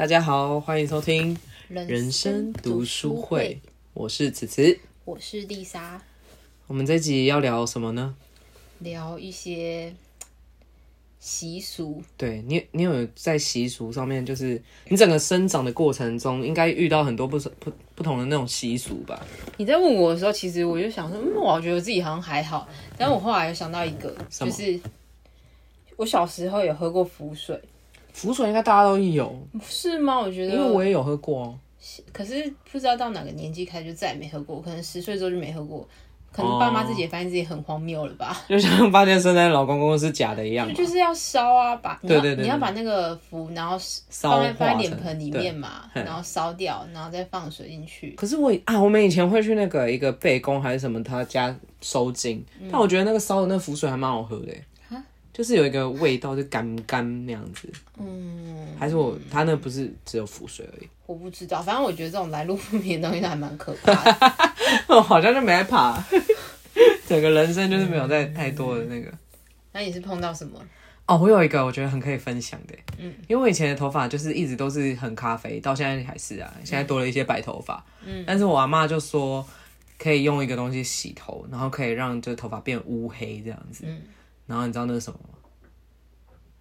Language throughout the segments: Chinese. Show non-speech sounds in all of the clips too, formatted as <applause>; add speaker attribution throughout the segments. Speaker 1: 大家好，欢迎收听人
Speaker 2: 人
Speaker 1: 生
Speaker 2: 生
Speaker 1: 读
Speaker 2: 读
Speaker 1: 书
Speaker 2: 书
Speaker 1: 会
Speaker 2: 会，，
Speaker 1: 我是此慈。
Speaker 2: 我是丽莎，
Speaker 1: 我们这集要聊什么呢？
Speaker 2: 聊一些习俗。
Speaker 1: 对你，你有在习俗上面，就是你整个生长的过程中，应该遇到很多不不不同的那种习俗吧？
Speaker 2: 你在问我的时候，其实我就想说，嗯，我觉得我自己好像还好，但我后来有想到一个，
Speaker 1: 什
Speaker 2: 就
Speaker 1: 么
Speaker 2: 是我小时候有喝过浮水，
Speaker 1: 浮水应该大家都有，
Speaker 2: 是吗？我觉得，
Speaker 1: 因为我也有喝过哦。
Speaker 2: 可是不知道到哪个年纪开始就再也没喝过，可能十岁之后就没喝过，可能爸妈自己也发现自己很荒谬了吧。
Speaker 1: 就像八戒圣诞老公公是假的一样嘛，
Speaker 2: <laughs> 就是要烧啊，把你
Speaker 1: 对
Speaker 2: 要
Speaker 1: 哦对对
Speaker 2: 你要把那个符，然后放在
Speaker 1: 烧化成
Speaker 2: 放在脸盆里面嘛，
Speaker 1: 对嗯
Speaker 2: 然后烧掉，然后再放水进去。
Speaker 1: 可是我以啊，我们以前会去那个一个贝公还是什么他家收金，但我觉得那个烧的那浮水还蛮好喝的欸、就是有一个味道，就干干那样子。
Speaker 2: 嗯，
Speaker 1: 还是我他那不是只有浮水而已， <laughs>
Speaker 2: 我不知道，反正我觉得这种来路不明的东西都还蛮可怕
Speaker 1: <laughs>
Speaker 2: 的。
Speaker 1: 我好像就没在怕， <laughs> 整个人生就是没有在太多的那个。
Speaker 2: 那你是碰到什么？
Speaker 1: 哦，我有一个我觉得很可以分享的，嗯，因为我以前的头发就是一直都是很咖啡，到现在还是啊，现在多了一些白头发，嗯，但是我阿妈就说可以用一个东西洗头，然后可以让就头发变乌黑这样子，
Speaker 2: 嗯
Speaker 1: 然后你知道那是什么吗？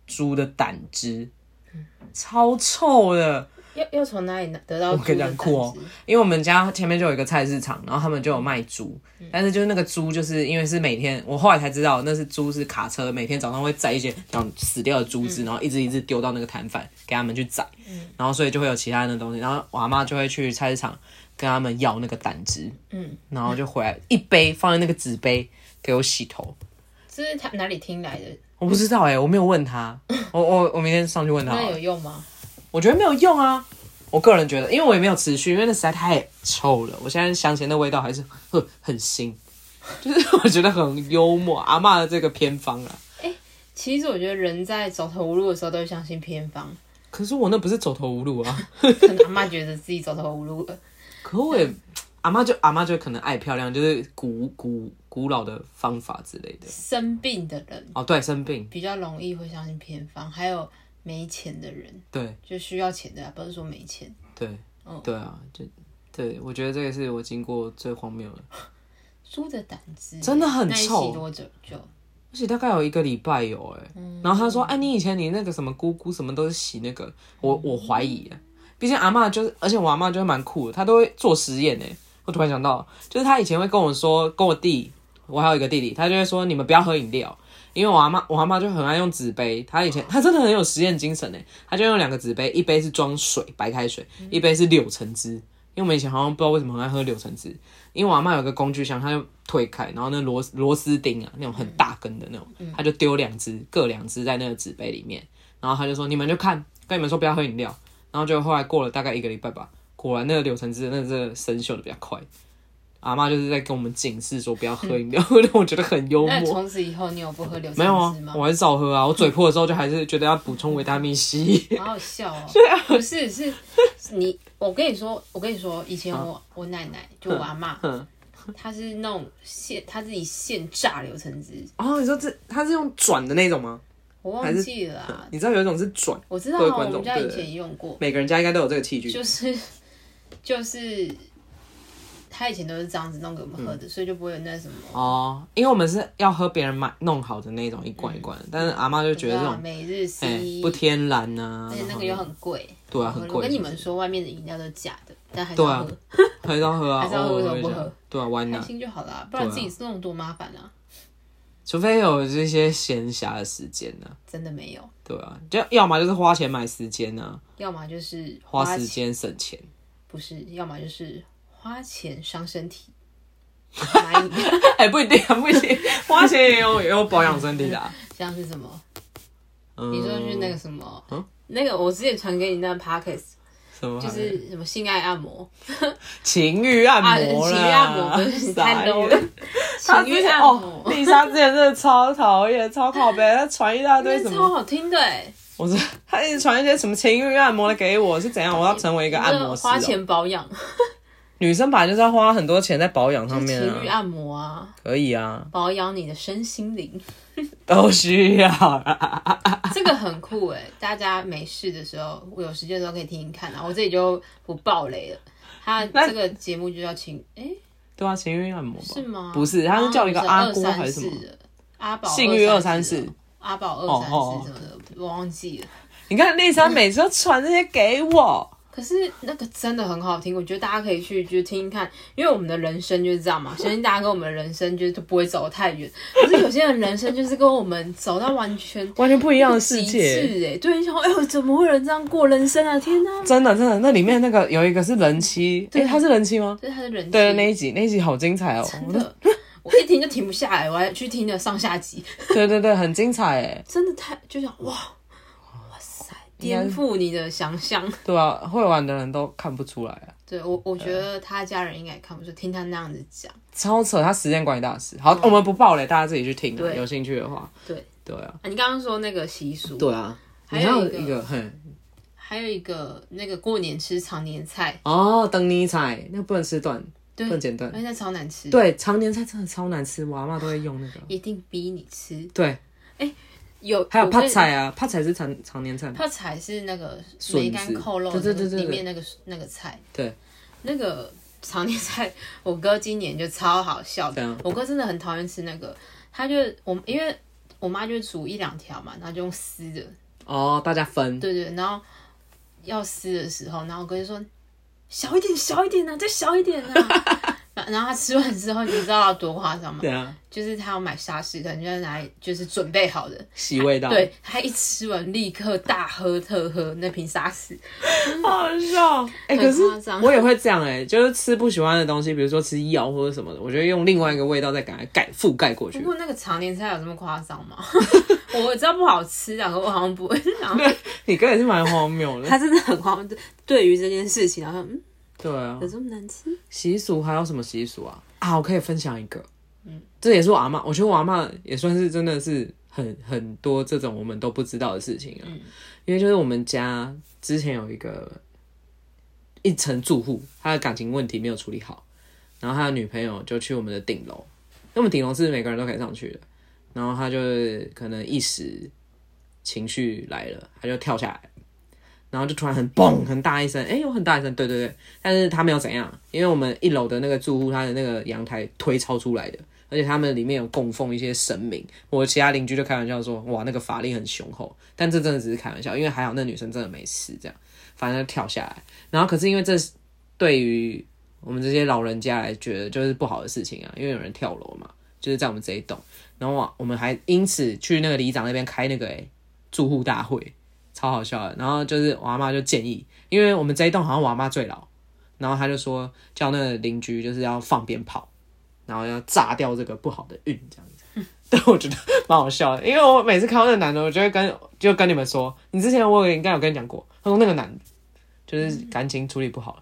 Speaker 1: 猪的胆汁，嗯超臭的，
Speaker 2: 要要从哪里拿得到
Speaker 1: 我跟
Speaker 2: 猪
Speaker 1: 你
Speaker 2: 的
Speaker 1: 讲
Speaker 2: 胆
Speaker 1: 酷哦
Speaker 2: 汁？，
Speaker 1: 因为我们家前面就有一个菜市场，然后他们就有卖猪，但是就是那个猪，就是因为是每天，我后来才知道那是猪是卡车，每天早上会载一些那种死掉的猪只，然后一只一只丢到那个摊贩给他们去宰，然后所以就会有其他的东西，然后我阿妈就会去菜市场跟他们要那个胆汁，
Speaker 2: 嗯，
Speaker 1: 然后就回来一杯放在那个纸杯给我洗头，
Speaker 2: 这是他哪里听来的？
Speaker 1: 我不知道哎、我没有问他，我我我明天上去问他好
Speaker 2: 那
Speaker 1: 了
Speaker 2: 有用吗？
Speaker 1: 我觉得没有用啊。我个人觉得，因为我也没有持续，因为那实在太臭了。我现在想起那味道还是很很腥，就是 <laughs> 我觉得很幽默。阿嬷的这个偏方啊，
Speaker 2: 其实我觉得人在走投无路的时候都会相信偏方，
Speaker 1: 可是我那不是走投无路啊。 <laughs>
Speaker 2: 可能阿妈觉得自己走投无路了。
Speaker 1: 可我也，阿嬷就阿嬷就可能爱漂亮，就是古古古老的方法之类的。
Speaker 2: 生病的人
Speaker 1: 哦，对，生病，
Speaker 2: 比较容易会相信偏方，还有没钱的人。
Speaker 1: 对
Speaker 2: 就需要钱的、啊，不是说没钱。
Speaker 1: 对
Speaker 2: 嗯
Speaker 1: 对啊，就对我觉得这个是我经过最荒谬的。
Speaker 2: 猪的胆汁
Speaker 1: 真的很
Speaker 2: 那你
Speaker 1: 臭
Speaker 2: 洗多久就？
Speaker 1: 而且大概有一个礼拜有哎、然后他说：“哎、你以前你那个什么姑姑什么都是洗那个，我我怀疑、欸，毕竟阿嬷就是，而且我阿嬷就是蛮酷的，她都会做实验哎、我突然想到，就是她以前会跟我说，跟我弟，我还有一个弟弟，她就会说你们不要喝饮料，因为我阿嬷我阿嬷就很爱用纸杯，她以前她真的很有实验精神哎、她就用两个纸杯，一杯是装水白开水，一杯是柳橙汁。”因为我们以前好像不知道为什么很爱喝柳橙汁，因为我阿妈有个工具箱，她就推开，然后那螺螺丝钉啊，那种很大根的那种，她就丢两只，各两只在那个纸杯里面，然后她就说你们就看，跟你们说不要喝饮料，然后就后来过了大概一个礼拜吧，果然那个柳橙汁那个生锈的比较快，阿妈就是在跟我们警示说不要喝饮料， <laughs> 让我觉得很幽
Speaker 2: 那你
Speaker 1: 默。
Speaker 2: 从此以后你有不喝柳
Speaker 1: 没有啊
Speaker 2: 橙汁吗？，
Speaker 1: 我还是照喝啊，我嘴破的时候就还是觉得要补充维他命 C。
Speaker 2: 好好笑哦。
Speaker 1: 啊
Speaker 2: 不是，是你，我跟你说，我跟你说，以前
Speaker 1: 啊
Speaker 2: 我我奶奶就我阿妈，
Speaker 1: 嗯，
Speaker 2: 她是那种现，她自己现榨柳橙汁，
Speaker 1: <laughs> 哦，你说这它是用转的那种吗？
Speaker 2: 我
Speaker 1: 还
Speaker 2: 忘
Speaker 1: 是
Speaker 2: 记了啊。
Speaker 1: 你知道有一种是转，
Speaker 2: 我知道
Speaker 1: 各位
Speaker 2: 啊，
Speaker 1: 观
Speaker 2: 我
Speaker 1: 众
Speaker 2: 们家
Speaker 1: 对
Speaker 2: 以前也用过，
Speaker 1: 每个人家应该都有这个器具。
Speaker 2: 就是 <laughs> 就是。她以前都是这样子弄给我们喝的，
Speaker 1: 嗯
Speaker 2: 所以就不会有那什么。
Speaker 1: 哦，因为我们是要喝别人买弄好的那种一罐一罐的，但是阿妈就觉得这
Speaker 2: 你知道
Speaker 1: 种
Speaker 2: 啊每日
Speaker 1: 哎、
Speaker 2: C
Speaker 1: 不天然呐、啊，
Speaker 2: 而且那个又很贵，
Speaker 1: 对啊很贵
Speaker 2: 我跟你们说，外面的饮料都是假的，但还是
Speaker 1: 对
Speaker 2: 要
Speaker 1: 啊
Speaker 2: 喝，
Speaker 1: 还是要喝啊，
Speaker 2: 还是要喝
Speaker 1: 偶尔
Speaker 2: 为什么不
Speaker 1: 一下
Speaker 2: 喝？
Speaker 1: 对啊，why
Speaker 2: 开
Speaker 1: not？
Speaker 2: 心就好啦，不然
Speaker 1: 对啊
Speaker 2: 自己弄多麻烦啊！
Speaker 1: 除非有这些闲暇的时间呢、
Speaker 2: 真的没有，
Speaker 1: 对啊，就要么就是花钱买时间呢、
Speaker 2: 要么就是
Speaker 1: 啊，花时
Speaker 2: 钱，
Speaker 1: 间省钱。
Speaker 2: 不是，要么就是花钱伤身体。买饮料
Speaker 1: <laughs> 哎、不一定啊，不一定， <laughs> 花钱也有也有保养身体的、啊。
Speaker 2: <laughs> 像是什么？
Speaker 1: 嗯，
Speaker 2: 你说是那个什么
Speaker 1: 嗯？啊
Speaker 2: 那个我之前传给你那 pockets，
Speaker 1: 什么？
Speaker 2: 就是什么性爱按摩
Speaker 1: 情欲按
Speaker 2: 啊，情
Speaker 1: 摩啦，
Speaker 2: 欲按摩
Speaker 1: <laughs>
Speaker 2: 不是你
Speaker 1: 傻
Speaker 2: 太
Speaker 1: 眼
Speaker 2: low 了，
Speaker 1: 他
Speaker 2: 情
Speaker 1: 之
Speaker 2: 欲
Speaker 1: 前
Speaker 2: 按
Speaker 1: 哦，
Speaker 2: 摩，
Speaker 1: 丽莎之前真的超讨厌、超靠背，她传一大堆什
Speaker 2: 那超
Speaker 1: 么，
Speaker 2: 好听的哎，
Speaker 1: 我说她一直传一些什么情欲按摩的给我，是怎样？我要成为一个按摩
Speaker 2: 就是
Speaker 1: 师、
Speaker 2: 花
Speaker 1: 哦。
Speaker 2: 钱保养。
Speaker 1: 女生本来就是要花很多钱在保养上面
Speaker 2: 情欲
Speaker 1: 啊，
Speaker 2: 按摩啊，
Speaker 1: 可以啊，
Speaker 2: 保养你的身心灵，
Speaker 1: 都需要啊。 <laughs>
Speaker 2: <laughs> 这个很酷哎、大家没事的时候，我有时间的时候可以听听看啊。我这里就不爆雷了。
Speaker 1: <laughs>
Speaker 2: 他这个节目就叫情，哎、
Speaker 1: 对啊，情欲按摩吧
Speaker 2: 是吗？
Speaker 1: 不是他是叫一个阿郭
Speaker 2: 好像
Speaker 1: 还是什么
Speaker 2: 234的？阿宝
Speaker 1: 性欲二三
Speaker 2: 四
Speaker 1: 四，。
Speaker 2: 阿宝
Speaker 1: 哦
Speaker 2: 二三
Speaker 1: 哦
Speaker 2: 四什么的，我忘记了。
Speaker 1: 你看丽莎每次都传这些给我，
Speaker 2: 可是那个真的很好听，我觉得大家可以去就听听看，因为我们的人生就是这样嘛。相信大家跟我们的人生就是都不会走得太远，可是有些人人生就是跟我们走到完全
Speaker 1: 完全不一样的世
Speaker 2: 极 <laughs>
Speaker 1: 界。
Speaker 2: 致哎、对，你想说，哎呦，怎么会有人这样过人生啊？天哪！
Speaker 1: 真的真的，那里面那个有一个是人妻，对，他是人妻吗？
Speaker 2: 就是他的人气
Speaker 1: 对，那一集那一集好精彩哦，
Speaker 2: 真的，我一听就停不下来，我还去听了上下集，
Speaker 1: <laughs> 对对对，很精彩哎，
Speaker 2: 真的太就想哇哇塞，颠覆你的想象。
Speaker 1: 对啊，会玩的人都看不出来啊，
Speaker 2: 对我，我觉得他家人应该也看不出，听他那样子讲，
Speaker 1: 超扯，他时间管理大师。好，我们不爆雷，大家自己去听啊，
Speaker 2: 嗯对
Speaker 1: 有兴趣的话。
Speaker 2: 对
Speaker 1: 对啊，
Speaker 2: 啊你刚刚说那个习俗，
Speaker 1: 对啊，
Speaker 2: 还有
Speaker 1: 你
Speaker 2: 一个
Speaker 1: 一个嘿
Speaker 2: 还有一个那个过年吃常年菜，
Speaker 1: 哦，等你菜那个不能吃断，不
Speaker 2: 对嗯
Speaker 1: 能剪断
Speaker 2: 而。且那超难吃，，
Speaker 1: 对，常年菜真的超难吃，我阿妈都会用那个。
Speaker 2: 一定逼你吃。
Speaker 1: 对，
Speaker 2: 有
Speaker 1: 还有
Speaker 2: 我跟
Speaker 1: 泡菜啊，泡菜是常常年菜吗。
Speaker 2: 泡菜是那个
Speaker 1: 笋
Speaker 2: 梅干
Speaker 1: 子
Speaker 2: 扣肉，
Speaker 1: 对对对对对
Speaker 2: 里面那个那个菜，
Speaker 1: 对，
Speaker 2: 那个常年菜，我哥今年就超好笑
Speaker 1: 怎样
Speaker 2: 的。我哥真的很讨厌吃那个，他就我因为我妈就煮一两条嘛，然后就用撕的，
Speaker 1: 哦，大家分。
Speaker 2: 对对，然后要撕的时候，然后我哥就说小一点，小一点呐、啊，再小一点呐、
Speaker 1: <laughs>
Speaker 2: 啊。然后他吃完之后，你知道他有多夸张吗？
Speaker 1: 对啊，
Speaker 2: 就是他要买沙士，可能就是拿来就是准备好的，
Speaker 1: 洗味道。，
Speaker 2: 对他一吃完立刻大喝特喝那瓶沙士，
Speaker 1: 好笑。哎、
Speaker 2: 很
Speaker 1: 可是
Speaker 2: 夸张
Speaker 1: 我也会这样哎、就是吃不喜欢的东西，比如说吃药或者什么的，我就用另外一个味道再给它盖覆盖过去
Speaker 2: 不。过那个常年菜有这么夸张吗？ <laughs> 我知道不好吃啊，可我好像不 <laughs> 会。然后
Speaker 1: 你哥也是蛮荒谬的。
Speaker 2: 他真的很慌，对于这件事情，然后嗯，
Speaker 1: 对啊
Speaker 2: 有，这么难吃？
Speaker 1: 习俗还有什么习俗啊？啊，我可以分享一个，嗯，这也是我阿妈，我觉得我阿妈也算是真的是很很多这种我们都不知道的事情啊，因为就是我们家之前有一个一层住户，他的感情问题没有处理好，然后他的女朋友就去我们的顶楼，那么顶楼是每个人都可以上去的，然后他就是可能一时情绪来了，他就跳下来。然后就突然很嘣很大一声，哎、有很大一声，对对对，但是他没有怎样，因为我们一楼的那个住户他的那个阳台推超出来的，而且他们里面有供奉一些神明，我其他邻居就开玩笑说，哇，那个法力很雄厚，但这真的只是开玩笑，因为还好那女生真的没事，这样，反正就跳下来，然后可是因为这是对于我们这些老人家来觉得就是不好的事情啊，因为有人跳楼嘛，就是在我们这一栋，然后我我们还因此去那个里长那边开那个、欸、住户大会。超好笑的，然后就是我阿妈就建议，因为我们这一栋好像我阿妈最老，然后他就说叫那个邻居就是要放鞭炮，然后要炸掉这个不好的运这样子。 <laughs> 但我觉得蛮好笑的，因为我每次看到那个男的，我就会跟就跟你们说，你之前我有应该有跟你讲过，他说那个男的就是感情处理不好，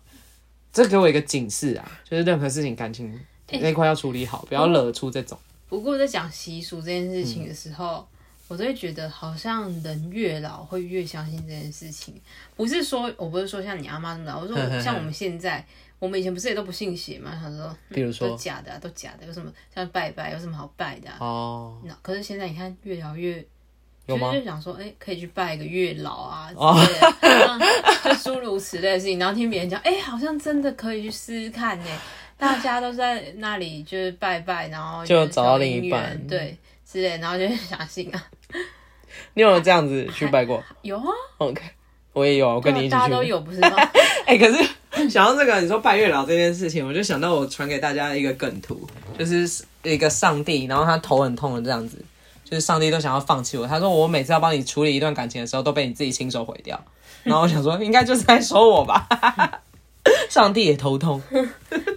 Speaker 1: 这给我一个警示啊，就是任何事情感情那一块要处理好，不要惹出这种。
Speaker 2: 不过在讲习俗这件事情的时候，我都会觉得好像人越老会越相信这件事情。不是说我不是说像你阿妈那么老，我说
Speaker 1: 哼哼
Speaker 2: 我
Speaker 1: 哼
Speaker 2: 像我们现在，我们以前不是也都不信邪嘛？想说
Speaker 1: 比如说
Speaker 2: 都假的、啊，都假的，有什么像拜拜有什么好拜的、啊？
Speaker 1: 哦，
Speaker 2: 那可是现在你看越聊越。
Speaker 1: 有吗哦
Speaker 2: 就是就想说，哎、可以去拜一个月老啊之类的， <laughs> 嗯就诸如此类的事情。然后听别人讲，哎、好像真的可以去试试看呢、大家都在那里就是拜拜，然后
Speaker 1: 就是找到
Speaker 2: 找
Speaker 1: 另一
Speaker 2: 姻缘
Speaker 1: 半
Speaker 2: 对之类的，然后就会相信啊， <laughs>
Speaker 1: 你有这样子去拜过
Speaker 2: 有啊，
Speaker 1: ？OK，我也有啊，我跟你一起去。
Speaker 2: 大家都有不是吗？ <laughs>
Speaker 1: <laughs> 哎、可是 <coughs> 想到这个，你说拜月老这件事情，我就想到我传给大家一个梗图，就是一个上帝，然后他头很痛的这样子，就是上帝都想要放弃我。他说我每次要帮你处理一段感情的时候，都被你自己亲手毁掉。然后我想说，应该就是在说我吧。 <laughs> 上帝也头痛，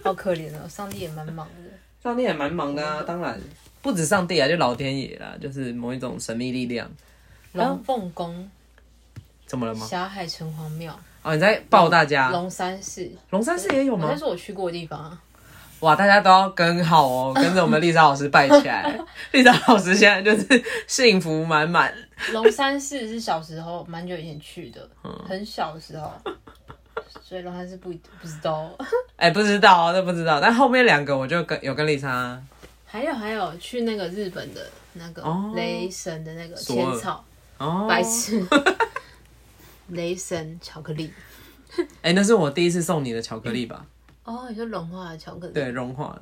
Speaker 2: 好可怜哦，上帝也蛮忙的。
Speaker 1: 上帝也蛮忙的啊，当然不止上帝啊，就老天爷啦，就是某一种神秘力量。嗯
Speaker 2: 龙凤宫、
Speaker 1: 怎么了吗？
Speaker 2: 霞海城隍庙、
Speaker 1: 哦，你在爆大家，
Speaker 2: 龙山寺，
Speaker 1: 龙山寺也有
Speaker 2: 我
Speaker 1: 吗
Speaker 2: 那？是我去过的地方啊。
Speaker 1: 哇，大家都要跟好哦，跟着我们丽莎老师拜起来。丽莎老师现在就是幸福满满。嗯
Speaker 2: 龙山寺是小时候蛮久以前去的，很小的时候，所以罗汉是不不知道。
Speaker 1: 哎、不知道哦，都不知道。但后面两个我就跟有跟丽莎，
Speaker 2: 还有还有，去那个日本的那个
Speaker 1: 哦
Speaker 2: 雷神的那个
Speaker 1: 索尔
Speaker 2: 千草
Speaker 1: 哦，
Speaker 2: 白痴， <laughs> 雷神巧克力。
Speaker 1: 哎、那是我第一次送你的巧克力吧？
Speaker 2: 哦，你说融化的巧克力，
Speaker 1: 对，融化了。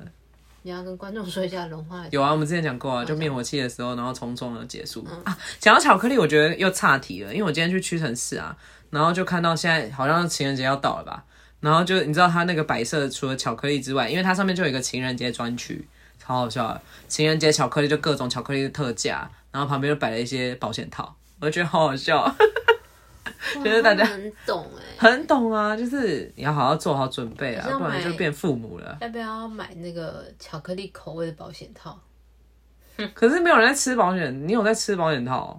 Speaker 2: 你要跟观众说一下融化的。
Speaker 1: 有啊，我们之前讲过啊，就灭火器的时候，然后冲撞了结束、啊。讲到巧克力，我觉得又岔题了，因为我今天去屈臣氏啊，然后就看到现在好像情人节要到了吧，然后就你知道它那个白色除了巧克力之外，因为它上面就有一个情人节专区，超好笑的。情人节巧克力就各种巧克力的特价，然后旁边就摆了一些保险套，我就觉得好好笑， <laughs>
Speaker 2: 哇
Speaker 1: 就是大家
Speaker 2: 他们很懂哎。
Speaker 1: 很懂啊，就是你要好好做好准备啊
Speaker 2: 好，像
Speaker 1: 不然就
Speaker 2: 买
Speaker 1: 变父母了。
Speaker 2: 要不要买那个巧克力口味的保险套？
Speaker 1: 可是没有人在吃保险，你有在吃保险套哦、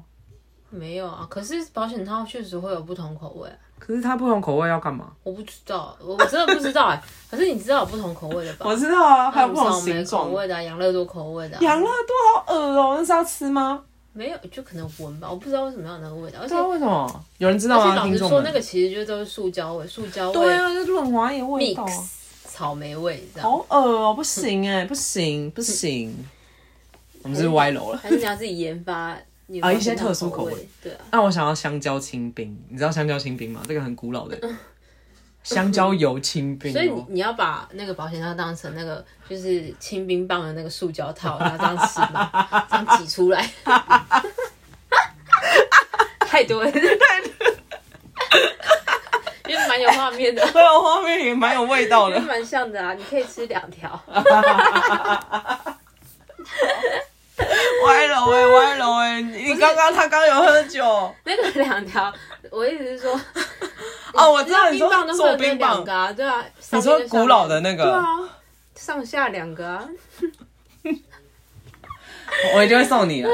Speaker 2: 没有啊，可是保险套确实会有不同口味啊、
Speaker 1: 可是它不同口味要干嘛？
Speaker 2: 我不知道，我我真的不知道哎、可是你知道有不同口味的吧？
Speaker 1: 我知道啊，还有不
Speaker 2: 那
Speaker 1: 同
Speaker 2: 种草莓
Speaker 1: 形状
Speaker 2: 口。味的、啊、养乐多口味的、啊，
Speaker 1: 养乐多好恶哦、那是要吃吗？
Speaker 2: 没有就可能闻吧，我不知道为什么要有那个味道，而
Speaker 1: 不
Speaker 2: 且
Speaker 1: 知啊道为什么有人知道
Speaker 2: 而且
Speaker 1: 吗？
Speaker 2: 老
Speaker 1: 啊听
Speaker 2: 实
Speaker 1: 众
Speaker 2: 说，
Speaker 1: 们
Speaker 2: 那个其实就都是塑胶味，塑胶
Speaker 1: 对
Speaker 2: 味、
Speaker 1: 啊，就是润滑液味道啊，
Speaker 2: mix 嗯草莓味这样。
Speaker 1: 好恶哦、不行哎、不行不
Speaker 2: 嗯
Speaker 1: 行，我们是歪楼了。
Speaker 2: 还是你要自己研发你有
Speaker 1: 啊
Speaker 2: 没有
Speaker 1: 一些特殊
Speaker 2: 不
Speaker 1: 口
Speaker 2: 同
Speaker 1: 味
Speaker 2: 味？对啊，
Speaker 1: 那我想要香蕉清冰，你知道香蕉清冰吗？这个很古老的香蕉油清冰、哦
Speaker 2: 嗯所以你你要把那个保险套当成那个就是清冰棒的那个塑胶套，然后这样吃嘛，这样挤出来， <laughs> 太多了， <laughs> 因为蛮有画面的，
Speaker 1: 对啊，画面也蛮有味道
Speaker 2: <laughs> 因为
Speaker 1: 的。
Speaker 2: 蛮像的啊，你可以吃两条。 <laughs>
Speaker 1: 歪楼哎、歪楼哎、你刚刚他刚有喝酒哦，
Speaker 2: 那个两条，我意思是说，
Speaker 1: 哦我知道你说
Speaker 2: 冰棒都会
Speaker 1: 做
Speaker 2: 有那
Speaker 1: 冰
Speaker 2: 两
Speaker 1: 棒
Speaker 2: 个，啊，对啊，上
Speaker 1: 你
Speaker 2: 面
Speaker 1: 说
Speaker 2: 跟
Speaker 1: 古老的那
Speaker 2: 上面对
Speaker 1: 个，
Speaker 2: 啊，上下两个啊。
Speaker 1: 我一定会送你的。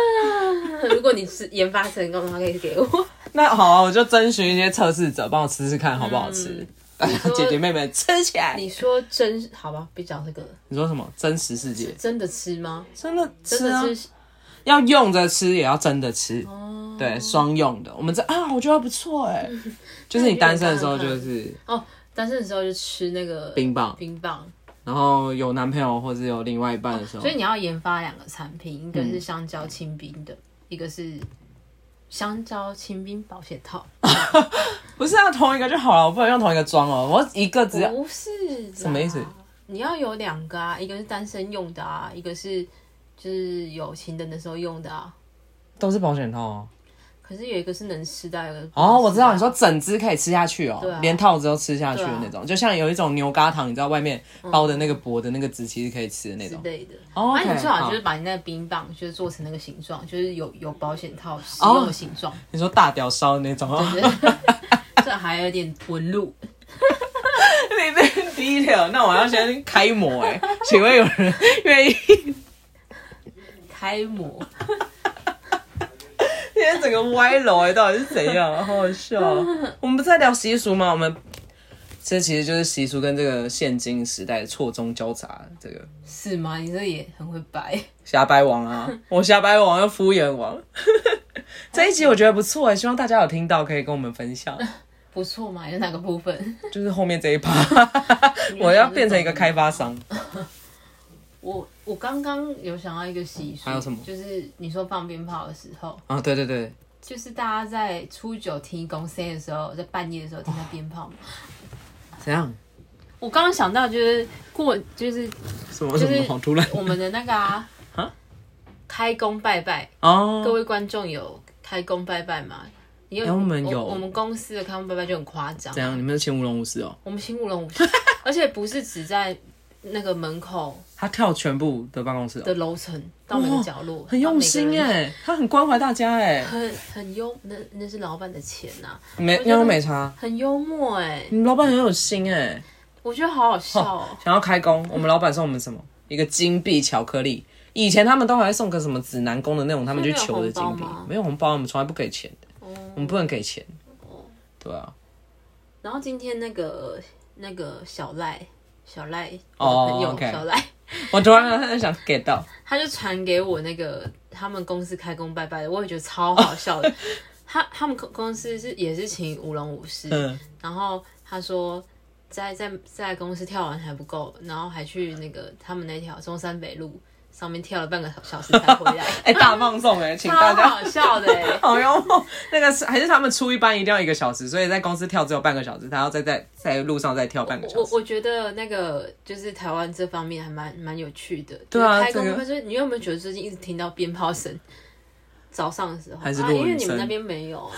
Speaker 2: 如果你是研发成功的话，可以给
Speaker 1: <laughs>
Speaker 2: 我。
Speaker 1: 那好、啊，我就征询一些测试者，帮我吃吃看好不好吃。大家 <laughs> 姐姐妹妹吃起来。
Speaker 2: 嗯你说真好吧，别讲这个了，
Speaker 1: 你说什么？真实世界？
Speaker 2: 真的吃吗？
Speaker 1: 真的
Speaker 2: 真
Speaker 1: 吃啊？
Speaker 2: 的是
Speaker 1: 要用着吃，也要真的吃。
Speaker 2: 哦
Speaker 1: 对，双用的。我们这啊，我觉得不错
Speaker 2: <laughs>
Speaker 1: 哎。就是你单身的时候就是
Speaker 2: 哦，单身的时候就吃那个
Speaker 1: 冰棒，
Speaker 2: 冰棒，
Speaker 1: 然后有男朋友或者有另外一半的时候
Speaker 2: 所以，你要研发两个产品，一个是香蕉清冰
Speaker 1: 嗯
Speaker 2: 的，一个是香蕉清冰保险套。
Speaker 1: 不是要同一个就好了，我不能用同一个装哦。我一个只要
Speaker 2: 不啊是什
Speaker 1: 什么意思？
Speaker 2: 你要有两个啊，一个是单身用的啊，一个是就是有情人的时候用的啊。
Speaker 1: 都是保险套哦。
Speaker 2: 可是有一个是能吃的啊，有一个是不能吃的啊
Speaker 1: 哦，我知道你说整只可以吃下去哦
Speaker 2: 对，啊
Speaker 1: 连套子都吃下去
Speaker 2: 对
Speaker 1: 的
Speaker 2: 啊
Speaker 1: 那种，就像有一种牛轧糖，你知道外面包的那个薄的那个纸，其实可以吃的那
Speaker 2: 之
Speaker 1: 种。
Speaker 2: 类的。
Speaker 1: 哦
Speaker 2: 啊，
Speaker 1: ，OK，
Speaker 2: 你最好
Speaker 1: 好
Speaker 2: 就是把你那个冰棒就是做成那个形状，就是有有保险
Speaker 1: 哦
Speaker 2: 套使用的形状， <laughs>
Speaker 1: 你说大屌烧的那种，
Speaker 2: 对这还有点纹路。
Speaker 1: <laughs> 你这低调，那我要先开模哎、请问有人愿意？ <laughs>
Speaker 2: 开模，
Speaker 1: 今天整个歪楼哎、到底是怎样？好好 <laughs> 笑哦、我们不是在聊习俗吗？我们这其实就是习俗跟这个现今时代错综交杂，这个
Speaker 2: 是吗？你这也很会掰，
Speaker 1: 瞎掰王
Speaker 2: <laughs>
Speaker 1: 啊，我瞎掰王又敷衍王。这一集我觉得不错哎、希望大家有听到可以跟我们分
Speaker 2: <laughs>
Speaker 1: 享，
Speaker 2: 不错嘛，有哪个部分？
Speaker 1: 就是后面这
Speaker 2: <laughs>
Speaker 1: 一趴，我要变成一个开发商。
Speaker 2: 我我刚刚有想到一个习俗，
Speaker 1: 还有什么
Speaker 2: 就是你说放鞭炮的时候，
Speaker 1: 啊，对对对，
Speaker 2: 就是大家在初九听公声的时候，在半夜的时候听到鞭炮嘛。
Speaker 1: 怎样？
Speaker 2: 我刚刚想到就是过，就是
Speaker 1: 什么什么好突然
Speaker 2: 我们的那个啊
Speaker 1: 啊，
Speaker 2: 开工拜拜，
Speaker 1: 哦，
Speaker 2: 各位观众有开工拜拜吗？你
Speaker 1: 哎
Speaker 2: 有
Speaker 1: 我们有
Speaker 2: 我们公司的开工拜拜就很夸张
Speaker 1: 怎，样？你们请舞龙舞狮哦？
Speaker 2: 我们新舞龙
Speaker 1: <laughs>
Speaker 2: 舞狮，而且不是只在那个门口
Speaker 1: 他跳全部的办公室、
Speaker 2: 的
Speaker 1: 哦，
Speaker 2: 楼层，到每个角落，
Speaker 1: 很用心
Speaker 2: 哎，
Speaker 1: 哎，他很关怀大家哎，
Speaker 2: 很很幽，那那是老板的钱呐，
Speaker 1: 没
Speaker 2: 我觉得
Speaker 1: 那都没差。
Speaker 2: 很幽默哎，
Speaker 1: 你们老板很有心哎，
Speaker 2: 我觉得好好笑哦。
Speaker 1: 想要开工，
Speaker 2: <laughs>
Speaker 1: 我们老板送我们什么？一个金币巧克力。以前他们都还会送个什么指南宫的那种，他们去求的金
Speaker 2: 所
Speaker 1: 币
Speaker 2: 以没有红包吗，
Speaker 1: 没有红包，我们从来不给钱的，
Speaker 2: 哦
Speaker 1: 我们不能给钱。对啊，
Speaker 2: 然后今天那个那个小赖，小赖
Speaker 1: 哦
Speaker 2: 我的朋友
Speaker 1: OK
Speaker 2: 小赖，
Speaker 1: 我突然想 get
Speaker 2: <laughs>
Speaker 1: 到，
Speaker 2: 他就传给我那个他们公司开工拜拜的，我也觉
Speaker 1: <laughs>
Speaker 2: 得超好笑的。他他们公公司是也是请舞龙舞狮，
Speaker 1: 嗯，
Speaker 2: 然后他说在在在公司跳完还不够，然后还去那个他们那条中山北路上面跳了半个小时才回来，
Speaker 1: 哎、大放送哎、 <laughs> 请
Speaker 2: 超
Speaker 1: 大家 <laughs>
Speaker 2: 好笑的、欸。
Speaker 1: 好幽默。那个是还是他们出一班一定要一个小时，所以在公司跳只有半个小时，他要再在在路上再跳半个小
Speaker 2: 我
Speaker 1: 时。
Speaker 2: 我觉得那个就是台湾这方面还蛮蛮有趣的，
Speaker 1: 对啊
Speaker 2: 就是开
Speaker 1: 这
Speaker 2: 工
Speaker 1: 个
Speaker 2: 就是你有没有觉得最近一直听到鞭炮声？早上的时候，
Speaker 1: 还是
Speaker 2: 啊、
Speaker 1: 落雨
Speaker 2: 因为你们
Speaker 1: 声
Speaker 2: 那边没有啊，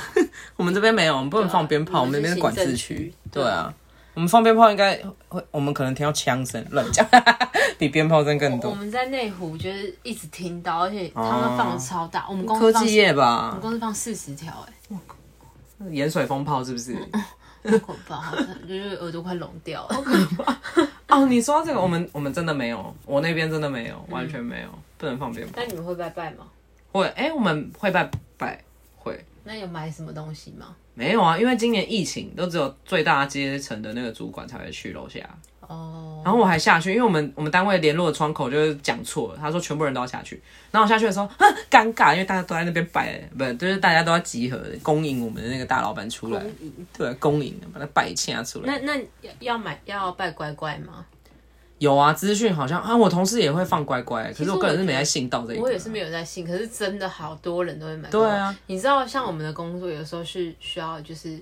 Speaker 1: 我们这边没有，我们不能
Speaker 2: 对啊
Speaker 1: 放鞭炮，我
Speaker 2: 我们
Speaker 1: 们那边
Speaker 2: 是
Speaker 1: 管
Speaker 2: 行
Speaker 1: 制
Speaker 2: 政
Speaker 1: 区
Speaker 2: 区。
Speaker 1: 对
Speaker 2: 对
Speaker 1: 啊，我们放鞭炮应该会，我们可能听到枪声，乱讲， <laughs> 比鞭炮声更
Speaker 2: 我
Speaker 1: 多。哦
Speaker 2: 们在内湖就是一直听到，而且他们放的超大，我们公司
Speaker 1: 科
Speaker 2: 放
Speaker 1: 技
Speaker 2: 我
Speaker 1: 业吧
Speaker 2: 们，公司放四十条，哎，
Speaker 1: 盐水风炮是不是？
Speaker 2: 好恐怖，好像就是耳朵快聋
Speaker 1: <laughs>
Speaker 2: 掉了。
Speaker 1: 哦，你说到这个，我们我们真的没有，我那边真的没有，完全没有，不能放鞭炮
Speaker 2: 那。你们会拜拜吗？
Speaker 1: 会，哎、我们会拜拜会。
Speaker 2: 那有买什么东西吗？
Speaker 1: 没有啊，因为今年疫情，都只有最大阶层的那个主管才会去楼下。
Speaker 2: 哦，
Speaker 1: 然后我还下去，因为我们我们单位联络的窗口就是讲错了，他说全部人都要下去。然后我下去的时候，哼尴尬，因为大家都在那边摆，不就是大家都要集合恭迎我们的那个大老板出来，对，恭迎把他摆下出来。
Speaker 2: 那那要要买要拜乖乖吗？
Speaker 1: 有啊，资讯好像啊，我同事也会放乖乖，可
Speaker 2: 实
Speaker 1: 是
Speaker 2: 我
Speaker 1: 我个人是
Speaker 2: 觉得
Speaker 1: 没在信到这一个。
Speaker 2: 我也是没有在信，可是真的好多人都会买。
Speaker 1: 对啊，
Speaker 2: 你知道，像我们的工作有时候是需要就是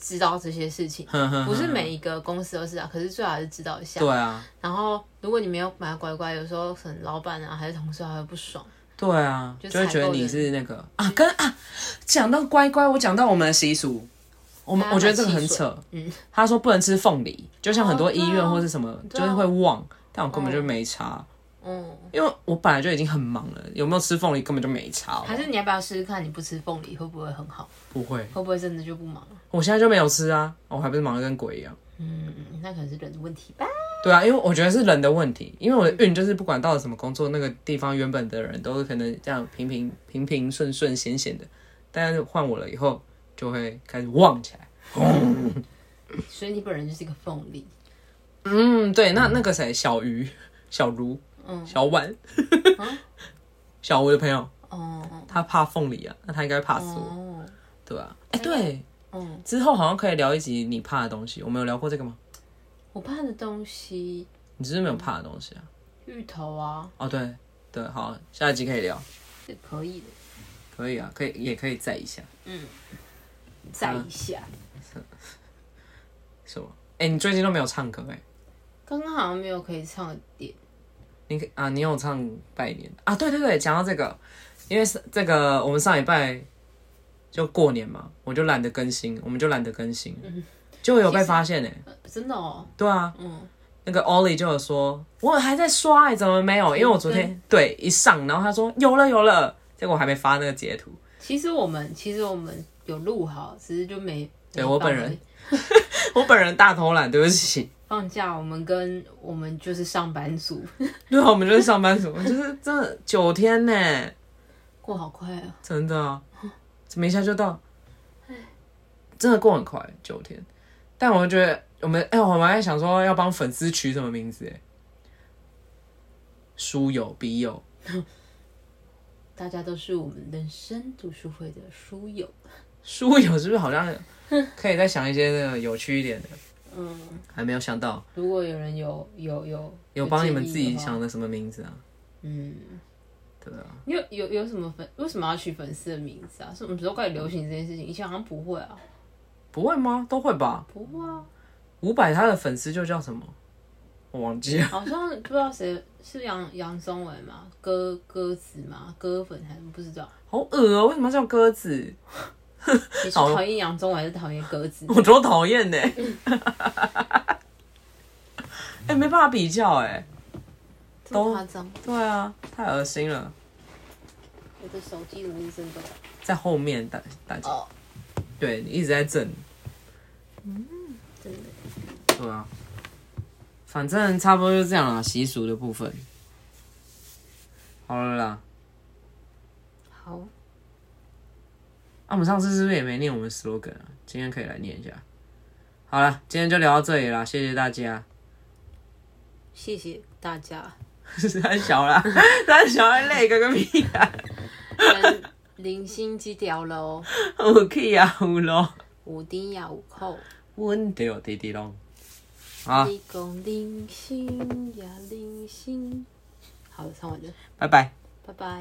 Speaker 2: 知道这些事情，
Speaker 1: <laughs> 嗯哼，哼哼
Speaker 2: 不是每一个公司都是啊，可是最好还是知道一下。
Speaker 1: 对啊，
Speaker 2: 然后如果你没有买乖乖，有时候可能老板啊还是同事还会不爽。
Speaker 1: 对啊，
Speaker 2: 就
Speaker 1: 就会觉得
Speaker 2: 采购
Speaker 1: 你
Speaker 2: 人
Speaker 1: 是那个啊，跟啊，讲到乖乖，我讲到我们的习俗，我们
Speaker 2: 大家
Speaker 1: 我觉得
Speaker 2: 买
Speaker 1: 这个
Speaker 2: 汽
Speaker 1: 很
Speaker 2: 水
Speaker 1: 扯。
Speaker 2: 嗯，
Speaker 1: 他说不能吃凤梨，就像很多
Speaker 2: 哦对啊哦
Speaker 1: 医院或是什么，
Speaker 2: 对
Speaker 1: 就
Speaker 2: 啊
Speaker 1: 是会忘，但我根本就没差，
Speaker 2: 嗯，
Speaker 1: 因为我本来就已经很忙了，有没有吃凤梨根本就没差。哦好不好
Speaker 2: 还是你要不要试试看？你不吃凤梨会不会很好？
Speaker 1: 不会，
Speaker 2: 会不会真的就不忙了？
Speaker 1: 我现在就没有吃啊，我还不是忙得跟鬼一样。
Speaker 2: 嗯，那可能是人的问题吧。
Speaker 1: 对啊，因为我觉得是人的问题，因为我的运就是不管到了什么工作，那个地方原本的人都是可能这样平平平平顺顺闲闲的，但是换我了以后就会开始旺起来。
Speaker 2: 所以你本人就是一个凤梨。
Speaker 1: 嗯，对，那那个谁，小鱼、小茹、
Speaker 2: 嗯
Speaker 1: 小婉、小吴的朋友，
Speaker 2: 哦
Speaker 1: 他怕凤梨啊，那他应该怕死我，
Speaker 2: 哦，
Speaker 1: 对吧、哎、对，
Speaker 2: 嗯，
Speaker 1: 之后好像可以聊一集你怕的东西，我们有聊过这个吗？
Speaker 2: 我怕的东西
Speaker 1: 你是不是没有怕的东西啊？
Speaker 2: 芋头啊
Speaker 1: 哦，对对，好，下一集可以聊，
Speaker 2: 是可以的，
Speaker 1: 可以啊，可以也可以再一下
Speaker 2: 再一下。
Speaker 1: 嗯什么？哎、你最近都没有唱歌哎、
Speaker 2: 刚刚好像没有可以唱的点，
Speaker 1: 你可啊，你有唱拜年啊？对对对，讲到这个，因为是这个我们上礼拜就过年嘛，我就懒得更新，我们就懒得更新，就有被发现哎、
Speaker 2: 呃真的哦，
Speaker 1: 对啊，
Speaker 2: 嗯，
Speaker 1: 那个 Ollie 就有说，我还在刷、欸，怎么没有？因为我昨天对一上，然后他说有了有了，结果我还没发那个截图，
Speaker 2: 其实我们其实我们有录好，只是就没
Speaker 1: 对
Speaker 2: 没
Speaker 1: 我
Speaker 2: 放
Speaker 1: 本人
Speaker 2: 而已
Speaker 1: 我本人大偷懒，对不起。 <laughs>
Speaker 2: 放假，我们跟我们就是上班族，
Speaker 1: 对啊，我们就是上班族，就是真的九天欸呢、
Speaker 2: 过好快啊，
Speaker 1: 真的啊，怎么一下就到？真的过很快，九天。但我觉得我们哎、我们还想说要帮粉丝取什么名字哎，书友、笔友，
Speaker 2: 大家都是我们人生读书会的书友，
Speaker 1: 书友是不是好像可以再想一些那个有趣一点的？
Speaker 2: 嗯，
Speaker 1: 还没有想到，
Speaker 2: 如果有人有有有
Speaker 1: 有帮你们
Speaker 2: 建议
Speaker 1: 自己
Speaker 2: 的话
Speaker 1: 想的什么名字啊？
Speaker 2: 嗯，
Speaker 1: 对啊，
Speaker 2: 你有有有什么粉为什么要取粉丝的名字啊？是我们时候开始流行这件事情，以前好像不会啊，
Speaker 1: 不会吗？都会吧。
Speaker 2: 不会啊，
Speaker 1: 伍佰他的粉丝就叫什么？我忘记了。
Speaker 2: 好像不知道谁是杨杨宗纬吗？歌歌子吗？歌粉还是不知道。
Speaker 1: 好恶哦、为什么要叫鸽子？
Speaker 2: 你是讨厌杨宗纬还是讨厌
Speaker 1: <laughs>
Speaker 2: 鸽子？
Speaker 1: 我多讨厌呢！哎、没办法比较哎、
Speaker 2: <laughs> 这么夸张，
Speaker 1: 对啊，太恶心了，
Speaker 2: 我的手机铃声都
Speaker 1: 在后面大大家，
Speaker 2: 哦，
Speaker 1: 对你一直在震，
Speaker 2: 真的
Speaker 1: 对啊，反正差不多就这样啦，习俗的部分，好了啦。
Speaker 2: 好，
Speaker 1: 啊，我们上次是不是也没念我们 slogan 啊？今天可以来念一下。好了，今天就聊到这里啦，谢谢大家。 <laughs>
Speaker 2: 谢谢大家。
Speaker 1: 太小啦，太小了，累个个屁啊！ <laughs>
Speaker 2: 跟零星机掉喽，
Speaker 1: 有气啊，有咯。
Speaker 2: 有甜也有苦，
Speaker 1: 有温掉滴滴咚啊，
Speaker 2: 一公零星呀零星，好了，唱完了，
Speaker 1: 拜拜。
Speaker 2: 拜拜。